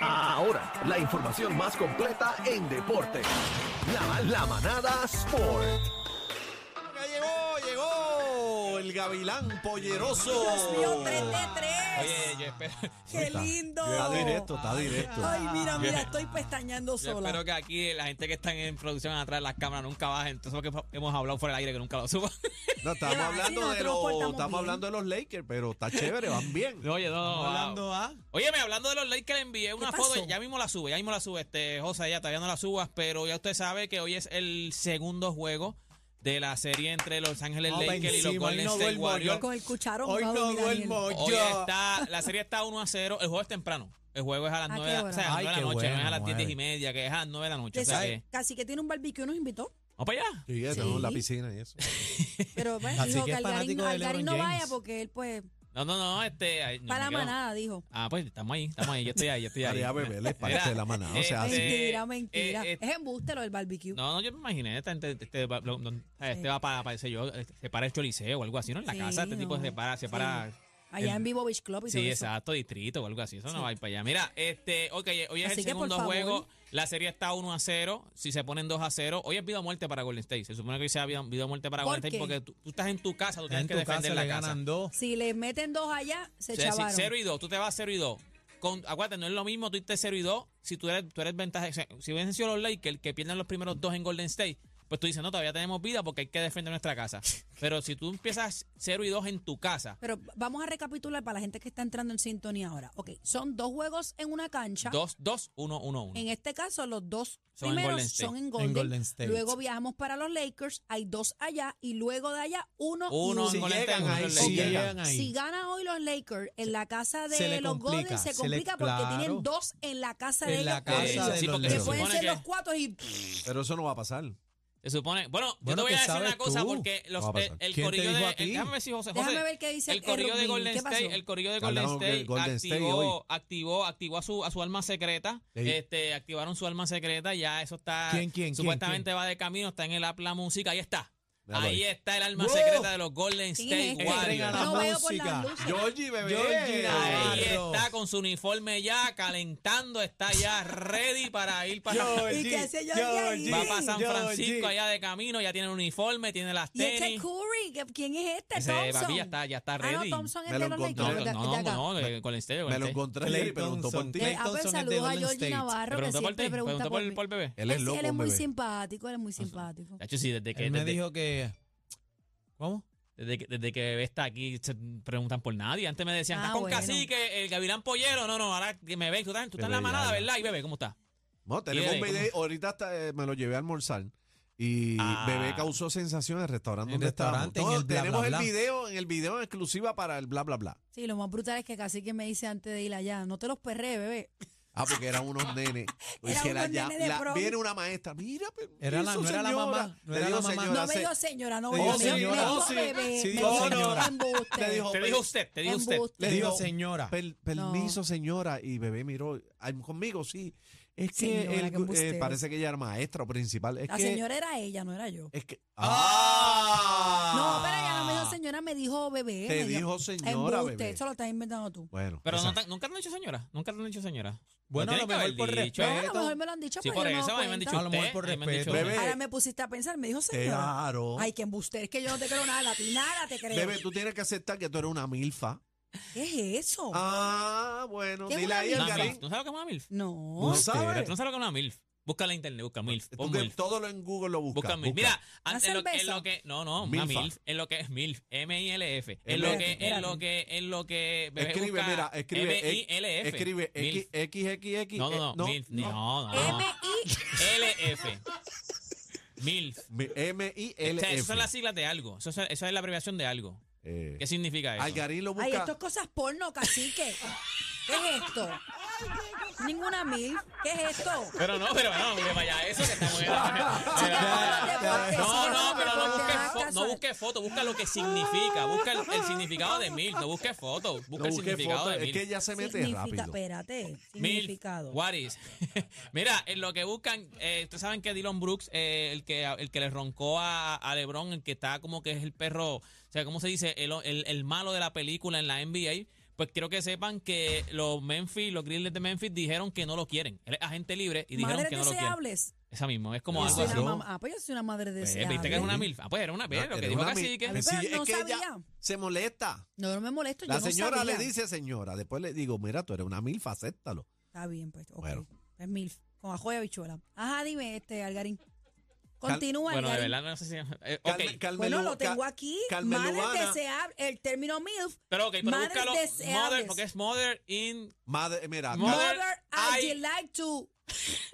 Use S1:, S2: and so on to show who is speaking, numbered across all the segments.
S1: Ahora, la información más completa en deporte. La, la manada Sport.
S2: Ya llegó, llegó el gavilán polleroso.
S3: Dios mío, 3 de 3.
S4: Oye,
S2: Ah,
S4: yo espero,
S3: ¡Qué lindo!
S2: Está directo, está directo.
S3: Ay, mira, mira,
S4: Yo-
S3: estoy pestañando
S4: yo espero
S3: sola.
S4: que aquí la gente que está en producción atrás de las cámaras nunca bajen. Entonces, porque hemos hablado fuera del aire que nunca lo suban.
S2: No, estamos
S3: Ay,
S2: hablando de
S3: nosotros nos
S2: los,
S3: portamos
S2: estamos
S3: bien.
S2: hablando de los Lakers, pero está chévere, van bien.
S4: Oye, no.
S2: hablando ah. a-
S4: Oye, me hablando de los likes que le envié una
S3: ¿Qué
S4: foto,
S3: pasó?
S4: ya mismo la sube, ya mismo la sube, este José, ya todavía no la subas, pero ya usted sabe que hoy es el segundo juego de la serie entre Los Ángeles
S2: Vamos
S4: Lakers y los
S2: encima, hoy
S4: Golden
S2: no
S4: State
S2: duermo yo.
S4: Warriors.
S3: Con el cucharón.
S2: Hoy
S3: va a
S2: no
S3: dormir Daniel.
S2: duermo.
S4: Hoy
S2: Yo-
S4: está, la serie está 1 a 0, el juego es temprano. El juego es a las
S3: ¿A Ah, qué
S4: 9 de
S3: hora?
S4: la, o sea, a las
S2: Ay,
S4: nueve de
S2: qué
S4: la noche, no es a
S2: bueno,
S4: las 10
S2: madre.
S4: y media, que es a las 9 de la noche. O
S3: De
S4: sea
S3: eso,
S4: que,
S3: casi que tiene un barbecue, nos invitó.
S4: vamos para allá.
S2: Sí, ya
S3: Sí.
S2: tenemos la piscina y eso.
S3: Pero pues,
S5: Así
S3: dijo que
S5: que es
S3: Algarín,
S5: fanático de
S3: Algarín
S5: LeBron
S3: no vaya
S5: James.
S3: porque él, pues,
S4: No, no, no, este. ay, no,
S3: para
S4: me
S3: la
S4: quedo-
S3: manada, dijo.
S4: Ah, pues estamos ahí, estamos ahí, yo estoy ahí, yo estoy ahí.
S2: María Bebé le parte
S4: Mira,
S2: de la manada, o sea,
S4: Ah, sí.
S3: mentira,
S4: Eh,
S3: mentira.
S4: eh,
S3: es embuste lo del barbecue.
S4: No, no, yo me imaginé, este, este, este va, lo- lo- este
S3: Sí.
S4: va para, para, sé yo, este, se para el choliseo o algo así, ¿no? En la
S3: Sí,
S4: casa, este tipo
S3: no.
S4: se para, se
S3: Sí.
S4: para.
S3: Allá
S4: el-
S3: en Vivo Beach Club y todo
S4: Sí,
S3: eso.
S4: exacto, distrito o algo así, eso
S3: Sí.
S4: no va a ir para allá. Mira, este, ok, hoy es
S3: Así
S4: el
S3: que, por
S4: segundo
S3: favor.
S4: juego, la serie está 1 a 0, si se ponen 2 a 0, hoy es vida o muerte para Golden State, se supone que hoy sea vida, vida o muerte para
S3: ¿Por
S4: Golden
S3: qué?
S4: State porque tú, tú estás en tu casa, tú
S5: En
S4: tienes que
S5: tu casa
S4: defender
S5: le
S4: la casa.
S5: ganan dos.
S3: Si le meten dos allá, se
S4: O sea, si
S3: chavaron.
S4: 0 y 2, tú te vas 0 y 2. Con, acuérdate, no es lo mismo tú irte 0 y 2 si tú eres, tú eres ventaja. o sea, si hubiesen sido los Lakers que pierden los primeros dos en Golden State, pues tú dices, no, todavía tenemos vida porque hay que defender nuestra casa. Pero si tú empiezas 0 y 2 en tu casa,
S3: Pero vamos a recapitular para la gente que está entrando en sintonía ahora. Ok, son dos juegos en una cancha.
S4: 2, 2, 1, 1, 1.
S3: En este caso, los dos
S4: Son en
S3: primeros
S4: Golden State.
S3: son en Golden.
S5: Golden State.
S3: Luego viajamos para los Lakers, hay dos allá y luego de allá uno, y
S4: Uno
S3: uno.
S4: en
S5: Si
S4: Golden State,
S5: llegan
S4: uno en
S5: ahí,
S4: los
S5: si
S4: Lakers.
S5: llegan ahí.
S3: Si gana hoy los Lakers en la casa
S5: Se
S3: de
S5: le
S3: los
S5: complica,
S3: Golden, se
S5: se le-
S3: complica porque
S5: claro.
S3: tienen dos en la casa de
S5: En la
S3: ellos.
S5: casa
S3: corridos,
S5: de los
S4: porque
S3: que
S4: se
S5: Lakers.
S3: pueden
S4: supone
S3: ser
S4: que,
S3: los cuatro y
S2: Pero eso no va a pasar.
S4: se supone, bueno, yo
S5: Bueno,
S4: te voy
S5: ¿qué
S4: a decir una
S5: sabes
S4: cosa
S5: tú?
S4: porque los,
S2: No va a
S4: el,
S2: pasar.
S4: el
S5: ¿Quién te
S4: corillo
S5: dijo
S4: de
S5: a ti?
S4: el- déjame ver si José, José,
S3: Déjame ver qué dice
S4: el
S3: el
S4: corillo de
S3: Rubín,
S4: Golden
S3: ¿qué pasó?
S4: State, el corillo de Golden
S2: Hablamos
S4: State
S2: del Golden State hoy.
S4: activó, activó, activó a su a su alma secreta,
S2: Sí.
S4: este, activaron su alma secreta, ya eso está
S5: ¿Quién, quién, quién,
S4: supuestamente va de camino, está en el app la música, ahí está.
S2: Míralo
S4: ahí
S2: ahí.
S4: está el alma
S5: ¡Wow!
S4: secreta de los Golden
S3: ¿Quién es
S4: State
S3: este?
S4: Warriors.
S3: No veo por las
S5: Música.
S3: luces.
S2: Georgie Bebé.
S5: Georgie,
S4: Ahí
S5: Navarro.
S4: está con su uniforme ya calentando, está ya ready para ir para
S3: ¿Y qué hace Georgie ahí?
S4: Va para San
S5: Georgie.
S4: Francisco allá de camino, ya tiene el uniforme, tiene las
S3: Y este
S4: tenis.
S3: Curry, que- ¿quién es este?
S4: Ese
S3: Thompson.
S4: papi ya está- ya está
S3: Ah, no,
S4: ready.
S3: Thompson es
S2: Me lo
S3: de los
S2: encontré.
S4: No,
S3: Lakers. de-
S4: no, no,
S3: de acá.
S4: no, de Golden State,
S2: Me
S4: Golden
S2: lo
S4: State.
S2: encontré ayer y preguntó por ti.
S3: Eh,
S5: Clay
S3: ah, pues
S5: Thompson es de
S3: saludos a
S5: Golden
S3: Georgie
S5: State.
S4: ¿Te
S3: Navarro, que
S4: preguntó por
S3: siempre
S4: ti?
S3: pregunta
S4: ¿Preguntó
S3: por
S4: por,
S3: mí.
S4: por el bebé?
S2: Él es
S3: Él-
S2: loco,
S3: él es
S2: un
S3: muy
S2: bebé. Ah,
S3: simpático, él es muy simpático.
S4: De hecho, sí, desde que,
S5: Él me
S4: desde-
S5: dijo que. ¿Cómo?
S4: desde que- desde que bebé está aquí, se preguntan por nadie. Antes me decían,
S3: Ah,
S4: ¿estás con
S3: bueno.
S4: cacique, el gavilán pollero? No, no, ahora que me ven, tú estás, tú estás
S2: Bebé,
S4: en la
S2: ya,
S4: manada,
S2: ya.
S4: ¿verdad? Y bebé, ¿cómo está?
S2: No, tenemos un
S4: Tiene,
S2: video. Ahorita hasta, eh, me lo llevé a almorzar. Y
S4: Ah.
S2: bebé causó sensación en el restaurante
S5: En
S2: donde
S5: restaurante,
S2: estábamos. No,
S5: en el bla,
S2: tenemos
S5: bla,
S2: el
S5: bla.
S2: video en el video en exclusiva para el bla bla bla.
S3: Sí, lo más brutal es que casi que me dice antes de ir allá, no te los perré, bebé.
S2: Ah, porque eran unos nenes.
S3: Eran
S2: Es que
S3: unos nenes de
S2: la-
S3: prom.
S2: viene una maestra. Mira, pero
S5: Era la-
S2: eso,
S5: no era la
S2: señora.
S5: mamá, no
S2: Le
S5: era
S2: digo,
S5: la mamá.
S2: señora,
S3: No me
S2: se-
S3: dio señora, no
S5: Sí,
S3: me dio
S5: oh,
S3: señora.
S5: señora,
S3: Me dijo
S5: oh, sí,
S3: bebé.
S5: sí,
S3: me
S5: dijo
S3: dijo
S5: señora.
S3: embuste.
S2: Le dijo,
S4: Te dijo usted, te dijo usted.
S3: pues, Embuste.
S2: Le
S5: Le digo,
S2: digo,
S5: señora.
S2: "Per- permiso, señora. Y bebé miró, "Ay, conmigo, sí. Es que
S3: Señora,
S2: el-
S3: qué
S2: eh,
S3: embustero.
S2: parece que ella era maestra o principal. Es
S3: La
S2: que,
S3: señora era ella, no era yo.
S2: Es que.
S3: No, pero ella
S2: ¡Ah!
S3: no me dijo señora, me dijo bebé.
S2: Te
S3: me
S2: dijo señora,
S3: Embuste,
S2: bebé.
S3: Eso lo estás inventando tú.
S2: Bueno,
S4: Pero
S2: esa-
S4: no te- nunca te han dicho señora, nunca te han dicho señora.
S5: Bueno, a
S4: Lo
S5: lo
S4: tiene que
S5: mejor por
S4: haber dicho.
S2: Pues,
S3: Pero
S5: respeto.
S3: a lo mejor me lo han dicho,
S4: Sí,
S3: pero
S4: por
S3: yo pues, no
S4: eso a mí me
S3: doy
S4: han dicho
S3: cuenta.
S5: A lo mejor
S4: usted,
S5: por
S4: a mí me han
S5: respeto.
S4: dicho-
S2: Bebé.
S3: Ahora me pusiste a pensar, me dijo señora.
S2: claro.
S3: Ay, que embuste, es que yo no te creo nada, latina, nada te creo.
S2: Bebé, tú tienes que aceptar que tú eres una milfa.
S3: ¿Qué es eso?
S2: Ah, bueno,
S3: Oh. ¿Qué es
S2: dile
S3: una
S2: ahí
S3: milfa?
S2: al
S4: Una
S2: garín.
S4: milf. ¿Tú sabes lo que es una milf?
S3: No.
S2: No sabes.
S4: Pero tú no sabes lo que es una MILF. Busca en la internet, busca MILF.
S2: Tú
S4: Pon
S2: que
S4: MILF.
S2: todo lo en Google lo buscas.
S4: Busca
S2: busca.
S4: MILF. Mira, antes en lo, en
S3: cerveza?
S4: lo que. No, no, una
S2: Milfa.
S4: MILF. En lo que es MILF. M-I-L-F. En lo que. En lo que. En lo que. bebé,
S2: escribe,
S4: busca
S2: mira, escribe.
S4: M-I-L-F.
S2: Escribe
S4: MILF.
S2: X, X, X, X.
S4: No, no,
S2: eh,
S4: no. MILF. No, no. no.
S3: M-I.
S4: L-F. MILF.
S2: Mi-
S4: O sea,
S2: M-I-L-F.
S4: esas son las siglas de algo. Eso, es- eso es la abreviación de algo.
S2: Eh,
S4: ¿Qué significa eso?
S2: Algarín lo
S3: Ay,
S2: busca.
S3: esto es cosas porno, cacique. ¿Qué es esto? Ninguna mil. ¿Qué es esto?
S4: Pero no, pero no, porque vaya eso que estamos en la-
S3: ya, ya.
S4: No, no, pero no busques
S3: Ya,
S4: fo-
S3: ya.
S4: no busques foto, busca lo que significa, busca el, el significado de mil, no busques foto,
S2: No
S4: busca el
S2: busque
S4: significado
S2: foto,
S4: de
S2: Es
S4: mil.
S2: que ella se mete
S3: Significa-
S2: rápido.
S3: Espérate.
S4: Mil,
S3: Significado.
S4: what is? Mira, en lo que buscan, eh, ustedes saben que Dylan Brooks, eh, el que el que le roncó a, a LeBron, el que está como que es el perro, o sea, ¿cómo se dice? El, el- el malo de la película en la NBA. pues quiero que sepan que los Memphis, los Grizzlies de Memphis dijeron que no lo quieren. Él es agente libre y dijeron
S3: madre
S4: que no lo quieren.
S3: deseables.
S4: Esa misma, es como
S3: Yo soy una
S4: algo así.
S2: Claro.
S3: mam- ah, pues yo soy una madre
S4: Pues,
S3: deseable.
S4: ¿Viste que es una milf? Ah, pues era una
S2: No,
S4: milf, lo que
S2: era
S4: dijo
S2: una
S4: casi
S2: mil-
S4: que
S3: Pero
S2: Sí,
S3: no
S2: es que ella
S3: sabía.
S2: se molesta.
S3: No, no me molesto.
S2: La
S3: yo no
S2: señora
S3: sabía.
S2: le dice señora, después le digo, mira, tú eres una milfa, acéptalo.
S3: Está bien, pues. ok.
S2: Bueno.
S3: Es milf. Con ajo y habichuela. Ajá, dime, este, Algarín. Continúa,
S4: Bueno, de
S3: Algarín.
S4: verdad no sé si. eh, ok.
S2: Carmen- Carmen
S3: bueno,
S2: Lu-
S3: lo tengo
S2: Ca-
S3: aquí.
S2: Carmen
S3: madre
S2: Lubana.
S3: deseable. El término milf.
S4: Pero ok, pero
S3: Madres
S4: búscalo. Mother,
S3: deseables.
S4: porque es mother in.
S2: Madre, mira,
S4: Mother,
S3: Mother, I,
S4: I-
S3: like to.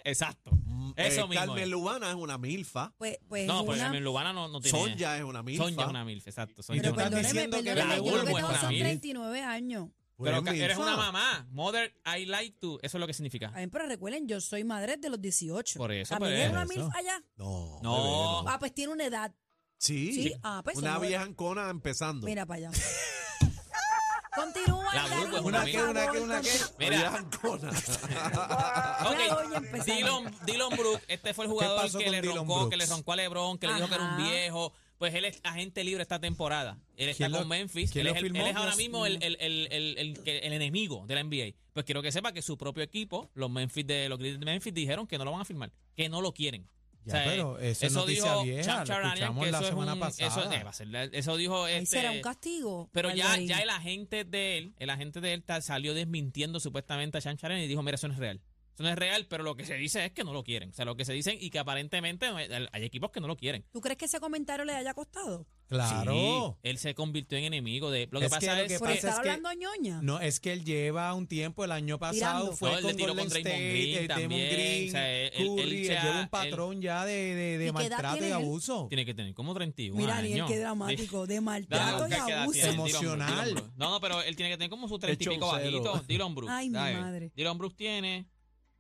S4: Exacto.
S2: Cal-
S4: Eso
S2: eh,
S4: mismo.
S2: Carmen
S4: es.
S2: Lubana es una milfa.
S3: Pues, pues
S4: No,
S3: una-
S4: porque Carmen Lubana no, no tiene.
S2: Sonja es una milfa.
S4: Sonja es una milf, exacto. Sonja
S3: Pero
S4: es una
S2: estás
S3: perdóneme,
S2: diciendo
S4: milf.
S2: que
S3: perdóneme,
S4: la
S3: yo lo que
S4: vulva
S3: tengo
S4: es una
S3: son
S4: milf.
S3: 39 años.
S2: Pues
S4: Pero que eres
S2: milfa.
S4: una mamá. Mother, I like to. Eso es lo que significa.
S3: A mí, pero recuerden, yo soy madre de los 18.
S4: Por eso,
S3: También
S4: pero
S3: es una
S5: eso.
S3: milf allá.
S2: No.
S4: No.
S2: bebé,
S3: Ah, pues tiene una edad.
S2: Sí.
S3: Sí, ah, pues
S2: una
S3: son-
S2: vieja ancona empezando.
S3: Mira para allá. Continúa.
S4: La
S3: Algarín,
S4: vulva es
S2: Una
S4: Una
S2: que,
S4: milfa.
S2: una que, este, una que.
S4: Mira.
S2: Vieja ancona.
S3: Ya voy
S4: Ok,
S3: empezando.
S4: Dylan, Dylan Brook, este fue el jugador
S2: pasó
S4: que
S2: con
S4: le,
S2: Dylan
S4: roncó, que le
S2: Brooks?
S4: roncó a LeBron, que le dijo que era un
S3: Ajá.
S4: viejo. Pues él es agente libre esta temporada. Él está
S5: ¿Quién lo-
S4: con Memphis.
S5: quién
S4: Él
S5: lo
S4: es, el- él
S5: firmó?
S4: es ahora
S5: Dios
S4: mismo el, el- el- el- el que- el enemigo de la NBA. Pues quiero que sepa que su propio equipo, los Memphis de los Grizzlies de Memphis, dijeron que no lo van a firmar, que no lo quieren.
S5: Ya, pero eso es noticia vieja,
S4: Cham
S5: lo
S4: Charanian,
S5: escuchamos
S4: que
S5: la
S4: eso es
S5: semana
S4: un-
S5: pasada.
S4: Eso, eh, va a ser- eso dijo
S3: Ahí
S4: este,
S3: será un castigo.
S4: pero ya,
S3: Algarín.
S4: ya el agente de él, el agente de él ta- salió desmintiendo supuestamente a Sean Charen y dijo, mira, eso no es real. Eso no es real, pero lo que se dice es que no lo quieren. O sea, lo que se dicen y que aparentemente no hay, hay equipos que no lo quieren.
S3: ¿Tú crees que ese comentario le haya costado?
S5: Claro.
S4: Sí, él se convirtió en enemigo de... Lo que
S5: Es que
S4: pasa
S5: lo
S4: es
S5: que
S4: que...
S3: Por
S5: pasa
S3: estar
S5: es que-
S3: hablando ñoña.
S5: No, es que él lleva un tiempo, el año pasado
S3: Tirando.
S5: fue
S4: No, él le
S5: con
S4: tiró
S5: Golden
S4: con Draymond
S5: State,
S4: Green
S5: eh, Draymond
S4: también,
S5: Green,
S4: o sea, él- él-
S5: Curry,
S4: él
S5: él
S4: ya-
S5: lleva un
S4: él-
S5: patrón ya de, de, de
S3: ¿Y qué edad
S5: maltrato y
S3: tiene él?
S5: abuso.
S4: Tiene que tener como 31
S3: Mira,
S4: años.
S3: Daniel, qué dramático. De
S4: Dale,
S3: maltrato y
S4: ¿qué edad
S3: abuso.
S4: tiene? Dylan Brooks,
S5: Emocional.
S4: Dylan Brooks. No, no, pero él tiene que tener como su 30 y
S2: Es
S4: pico
S2: chaucero.
S4: bajito. Dylan Brooks.
S3: Ay, mi
S4: ¿sabes?
S3: madre.
S4: Dylan Brooks tiene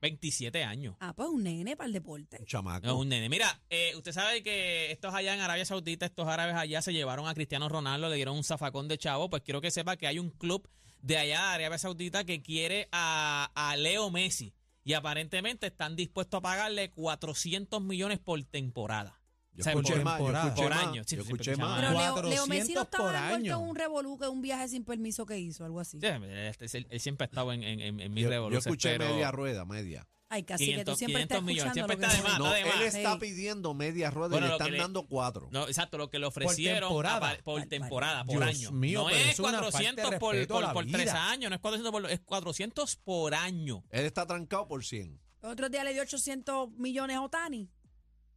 S4: 27 años.
S3: Ah, pues un nene para el deporte.
S2: Un chamaco.
S4: Es un nene. Mira, eh, usted sabe que estos allá en Arabia Saudita, estos árabes allá se llevaron a Cristiano Ronaldo, le dieron un zafacón de chavo. Pues quiero que sepa que hay un club de allá de Arabia Saudita que quiere a, a Leo Messi. Y aparentemente están dispuestos a pagarle 400 millones por temporada.
S2: Yo
S4: O sea,
S2: escuché
S5: por
S2: más, yo
S5: temporada.
S2: escuché
S4: Por
S2: más,
S4: año. Sí,
S2: yo
S4: sí,
S2: escuché
S4: escuché
S2: más.
S3: Pero Leo,
S5: 400
S3: Leo Messi no
S5: por
S3: estaba envuelto
S5: año.
S3: en un revolú, que un viaje sin permiso que hizo, algo así.
S4: Sí, Él, él- él siempre ha estado en, en, en, en mis
S2: Yo- yo,
S4: revoluciones,
S2: escuché
S4: pero
S2: media rueda, media.
S3: Ay, casi que tú
S4: 500,
S3: siempre estás
S4: 500 millones,
S3: escuchando
S4: siempre
S3: lo que
S4: está Ah, de
S3: yo
S4: más,
S3: digo.
S2: No,
S4: además.
S2: él está
S3: Sí.
S2: pidiendo media rueda
S4: Bueno,
S2: y le
S4: lo que
S2: están
S4: le-
S2: dando cuatro.
S4: No, exacto, lo que le ofrecieron por
S5: temporada.
S4: temporada, por,
S3: Vale,
S4: temporada, por
S5: Dios
S4: año.
S5: mío,
S4: no
S5: pero
S4: es
S5: eso es una falta de
S4: 400 por,
S5: respeto a
S4: por,
S5: la
S4: por tres
S5: vida.
S4: años, no es 400 por, es 400 por año.
S2: Él está trancado por 100.
S3: Otro día le dio 800 millones a Otani.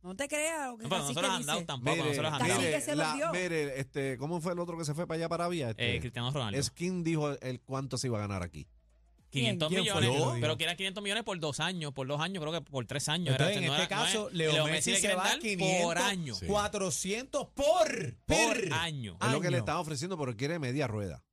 S3: No te creas lo que
S4: No, pero
S3: Cacique
S4: nosotros han
S3: dice.
S4: dado tampoco, nosotros han
S3: Cacique
S4: dado.
S3: se los dio.
S2: mire, este, ¿cómo fue el otro que se fue para allá para Arabia? Este,
S4: Eh, Cristiano Ronaldo.
S2: es quien dijo el cuánto se iba a ganar aquí.
S4: 500
S5: ¿Quién fue?
S4: millones,
S5: Yo.
S4: pero que eran 500 millones por dos años, por dos años, creo que por tres años.
S5: Entonces,
S4: era,
S5: en
S4: no
S5: este
S4: era- no
S5: caso,
S4: es-
S5: Leo, Messi,
S4: le
S5: se
S4: quieren
S5: va
S4: dar
S5: 500,
S4: por año.
S5: 400 por,
S4: Por año.
S2: Es lo que
S5: Año.
S2: le están ofreciendo, pero quiere media rueda.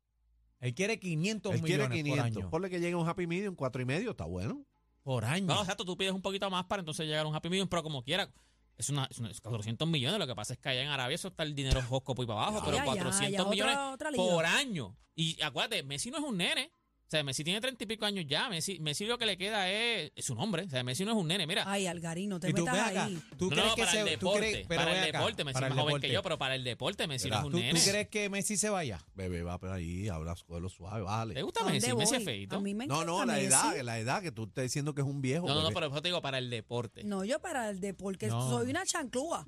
S5: Él quiere 500
S2: Él quiere
S5: millones
S2: 500.
S5: por año.
S2: Ponle que llegue a un happy medium, cuatro y medio, está bueno.
S5: Por año.
S4: No, exacto, tú pides un poquito más para entonces llegar a un happy medium, pero como quiera. Es, una, es una- es 400 millones, lo que pasa es que allá en Arabia eso está el dinero josco por ahí para abajo,
S3: Ya,
S4: pero
S3: ya,
S4: 400
S3: ya, otra-
S4: millones
S3: otra liga.
S4: por año. Y acuérdate, Messi no es un nene. O sea, Messi tiene 30 y pico años ya. Messi, Messi lo que le queda es, es su nombre. O sea, Messi no es un nene, mira.
S3: Ay, Algarín, no te
S5: y tú
S3: metas
S5: ven acá,
S3: ahí.
S5: ¿tú
S4: no,
S5: crees
S4: no,
S5: que
S4: para
S5: se,
S4: el
S5: tú
S4: deporte,
S5: crees- pero
S4: para el
S5: ven acá,
S4: deporte, Messi
S5: para
S4: es
S5: el
S4: más joven que
S5: deporte.
S4: yo, pero para el deporte Messi no es
S2: ¿Verdad?
S4: un
S5: ¿Tú,
S4: nene.
S5: tú crees que Messi se vaya?
S2: Bebé, va para ahí, habla con lo suave,
S4: ¿Te
S2: vale.
S4: gusta
S3: ¿Dónde
S4: Messi? Messi
S3: voy?
S4: es feito.
S3: A mí me
S2: No, no,
S3: encanta
S2: la
S3: Messi.
S2: edad, la edad que tú estás diciendo que es un viejo.
S4: No, no, no,
S2: bebé.
S4: pero eso te digo, para el deporte.
S3: No, yo para el deporte, porque
S5: No.
S3: soy una chanclúa.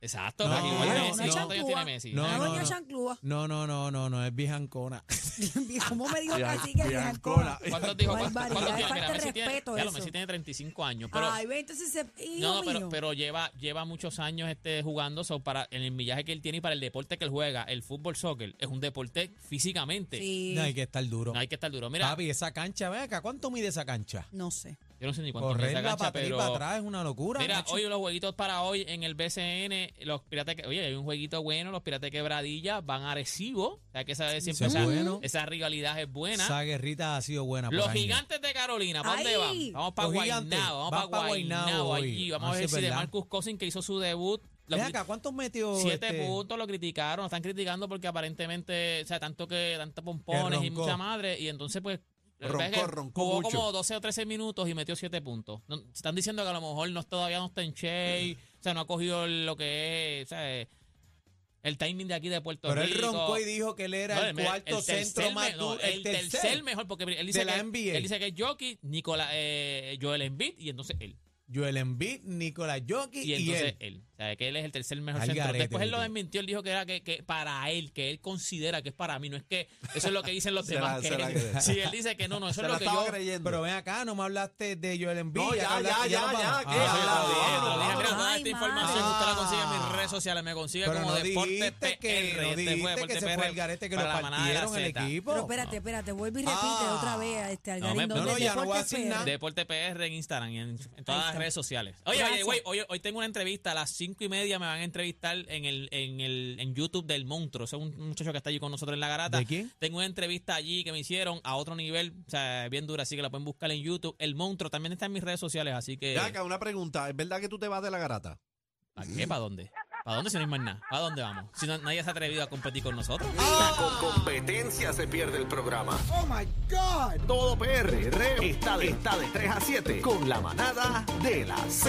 S4: Exacto,
S5: No,
S4: para que igual
S5: no,
S4: Messi,
S5: no,
S4: ¿cuántos años
S3: Chanclúa.
S4: tiene Messi?
S5: No,
S3: una
S5: no,
S3: doña
S5: no.
S3: chanclúa.
S5: No, no, no, no, no, es viejancona.
S3: ¿Cómo me dijo Cacique
S2: Biancona.
S3: Biancona?
S4: ¿Cuántos dijo?
S3: Barbaridad,
S4: ¿Cuántos
S3: es
S4: cuántos tiene?
S3: falta
S4: Mira,
S3: de
S4: Messi tiene,
S3: respeto
S4: ya lo,
S3: eso.
S4: Messi tiene 35 años, pero
S3: Ay, ve, entonces se... Hijo
S4: No,
S3: mío.
S4: pero, pero lleva, lleva muchos años este, jugando so, para en el millaje que él tiene y para el deporte que él juega, el fútbol soccer, es un deporte físicamente.
S3: Sí,
S5: No, hay que estar duro.
S4: No hay que estar duro. Mira,
S5: Papi, esa cancha, ven acá, ¿cuánto mide esa cancha?
S3: no sé.
S4: yo no sé ni cuánto mide esa
S5: Correrla
S4: cancha,
S5: para atrás y
S4: pero.
S5: para atrás es una locura.
S4: Mira,
S5: macho.
S4: hoy los jueguitos para hoy en el BCN, los piratas que, oye, hay un jueguito bueno, los piratas de quebradilla van a Arecibo, o sea que esa, siempre
S5: es
S4: esa,
S5: bueno.
S4: esa rivalidad es buena.
S5: Esa guerrita ha sido buena. por
S4: Los
S5: años.
S4: gigantes de Carolina, ¿para dónde van?
S3: ¡Ay!
S4: Vamos para
S5: Los gigantes
S4: Guaynabo, vamos
S5: van
S4: para
S5: pa' Guaynabo
S4: Guaynabo
S5: hoy.
S4: allí, vamos a
S5: Ah,
S4: ver
S5: sí,
S4: si de
S5: verdad.
S4: Marcus Cosin que hizo su debut, los
S5: Ven acá, ¿cuántos metió?
S4: Siete
S5: este?
S4: puntos lo criticaron, lo están criticando porque aparentemente, o sea, tanto que, tantos pompones
S5: Que
S4: y
S5: roncó.
S4: mucha madre, y entonces pues. la
S2: Roncó,
S4: verdad es que
S2: roncó
S4: jugó
S2: mucho.
S4: como 12 o 13 minutos y metió siete puntos. No, se están diciendo que a lo mejor no, todavía no está en shape, o sea, no ha cogido lo que es, o sea, eh, El timing de aquí de Puerto
S5: Pero él
S4: Rico.
S5: roncó y dijo que él era
S4: No,
S5: el
S4: me-
S5: cuarto
S4: tercer
S5: centro
S4: me-
S5: más
S4: no,
S5: duro.
S4: el tercer, mejor, porque él dice,
S5: de la
S4: que,
S5: NBA.
S4: él dice que es Jockey, Nicola, eh, Joel Embiid y entonces él.
S5: Joel Embiid, Nicolás Jockey
S4: Y
S5: y,
S4: entonces
S5: él.
S4: él. O sea, que él es el tercer mejor
S5: Al
S4: centro.
S5: garete,
S4: Después él lo
S5: Ricky.
S4: desmintió, él dijo que era que, que para él, que él considera que es para mí. No es que eso es lo que dicen los
S2: Se
S4: demás.
S2: la-
S4: que
S2: se la cree.
S4: sí, él dice que no, no, eso
S2: Se
S4: es
S2: la
S4: lo que
S2: estaba
S4: yo.
S2: creyendo.
S5: Pero ven acá, no me hablaste de Joel Embiid.
S2: No, ya,
S5: hablaste-
S2: ya,
S5: nos
S2: ya,
S5: vamos.
S2: ya,
S4: Ah,
S2: que
S4: eso yo
S2: habla,
S4: te lo dije,
S2: habla,
S4: te lo
S5: ah,
S4: dije.
S2: habla.
S4: Mira, toda
S3: Ay,
S4: esta
S3: mano.
S4: información usted la consigue en mis
S3: Ah.
S4: redes sociales. Me consigue
S5: Pero
S4: como
S5: no
S4: Deporte
S5: dijiste que,
S4: PR.
S5: no
S4: Este fue
S5: dijiste
S4: Deporte
S5: que se fue
S4: PR
S5: al garete que lo
S4: para la manada de la
S5: partieron el
S4: Z.
S5: equipo.
S3: Pero espérate, espérate, vuelve y repite
S5: Ah.
S3: otra vez a este
S4: No,
S3: Algarín.
S4: me-
S3: donde
S4: no, no,
S5: ya no voy a
S3: Deportes
S5: decir nada.
S3: PR.
S4: Deporte PR en Instagram y en, en todas las
S3: está.
S4: redes sociales. Oye,
S3: Gracias.
S4: oye, güey, hoy, hoy tengo una entrevista a las cinco y media. Me van a entrevistar en el en el en YouTube del Monstruo. Ese es un muchacho que está allí con nosotros en la garata.
S5: ¿De quién?
S4: Tengo una entrevista allí que me hicieron a otro nivel, o sea, bien dura, así que la pueden buscar en YouTube. El Monstruo también está en mis redes sociales, así que.
S2: Ven acá, una pregunta. ¿Es verdad que tú te vas de la garata?
S4: ¿Para qué? ¿Para dónde? ¿Para dónde si no hay más nada? ¿Para dónde vamos? Si no- nadie se ha atrevido a competir con nosotros.
S1: La Ah. con competencia se pierde el programa. Oh my God. Todo PR está de, está de 3 a 7 con la manada de la Z.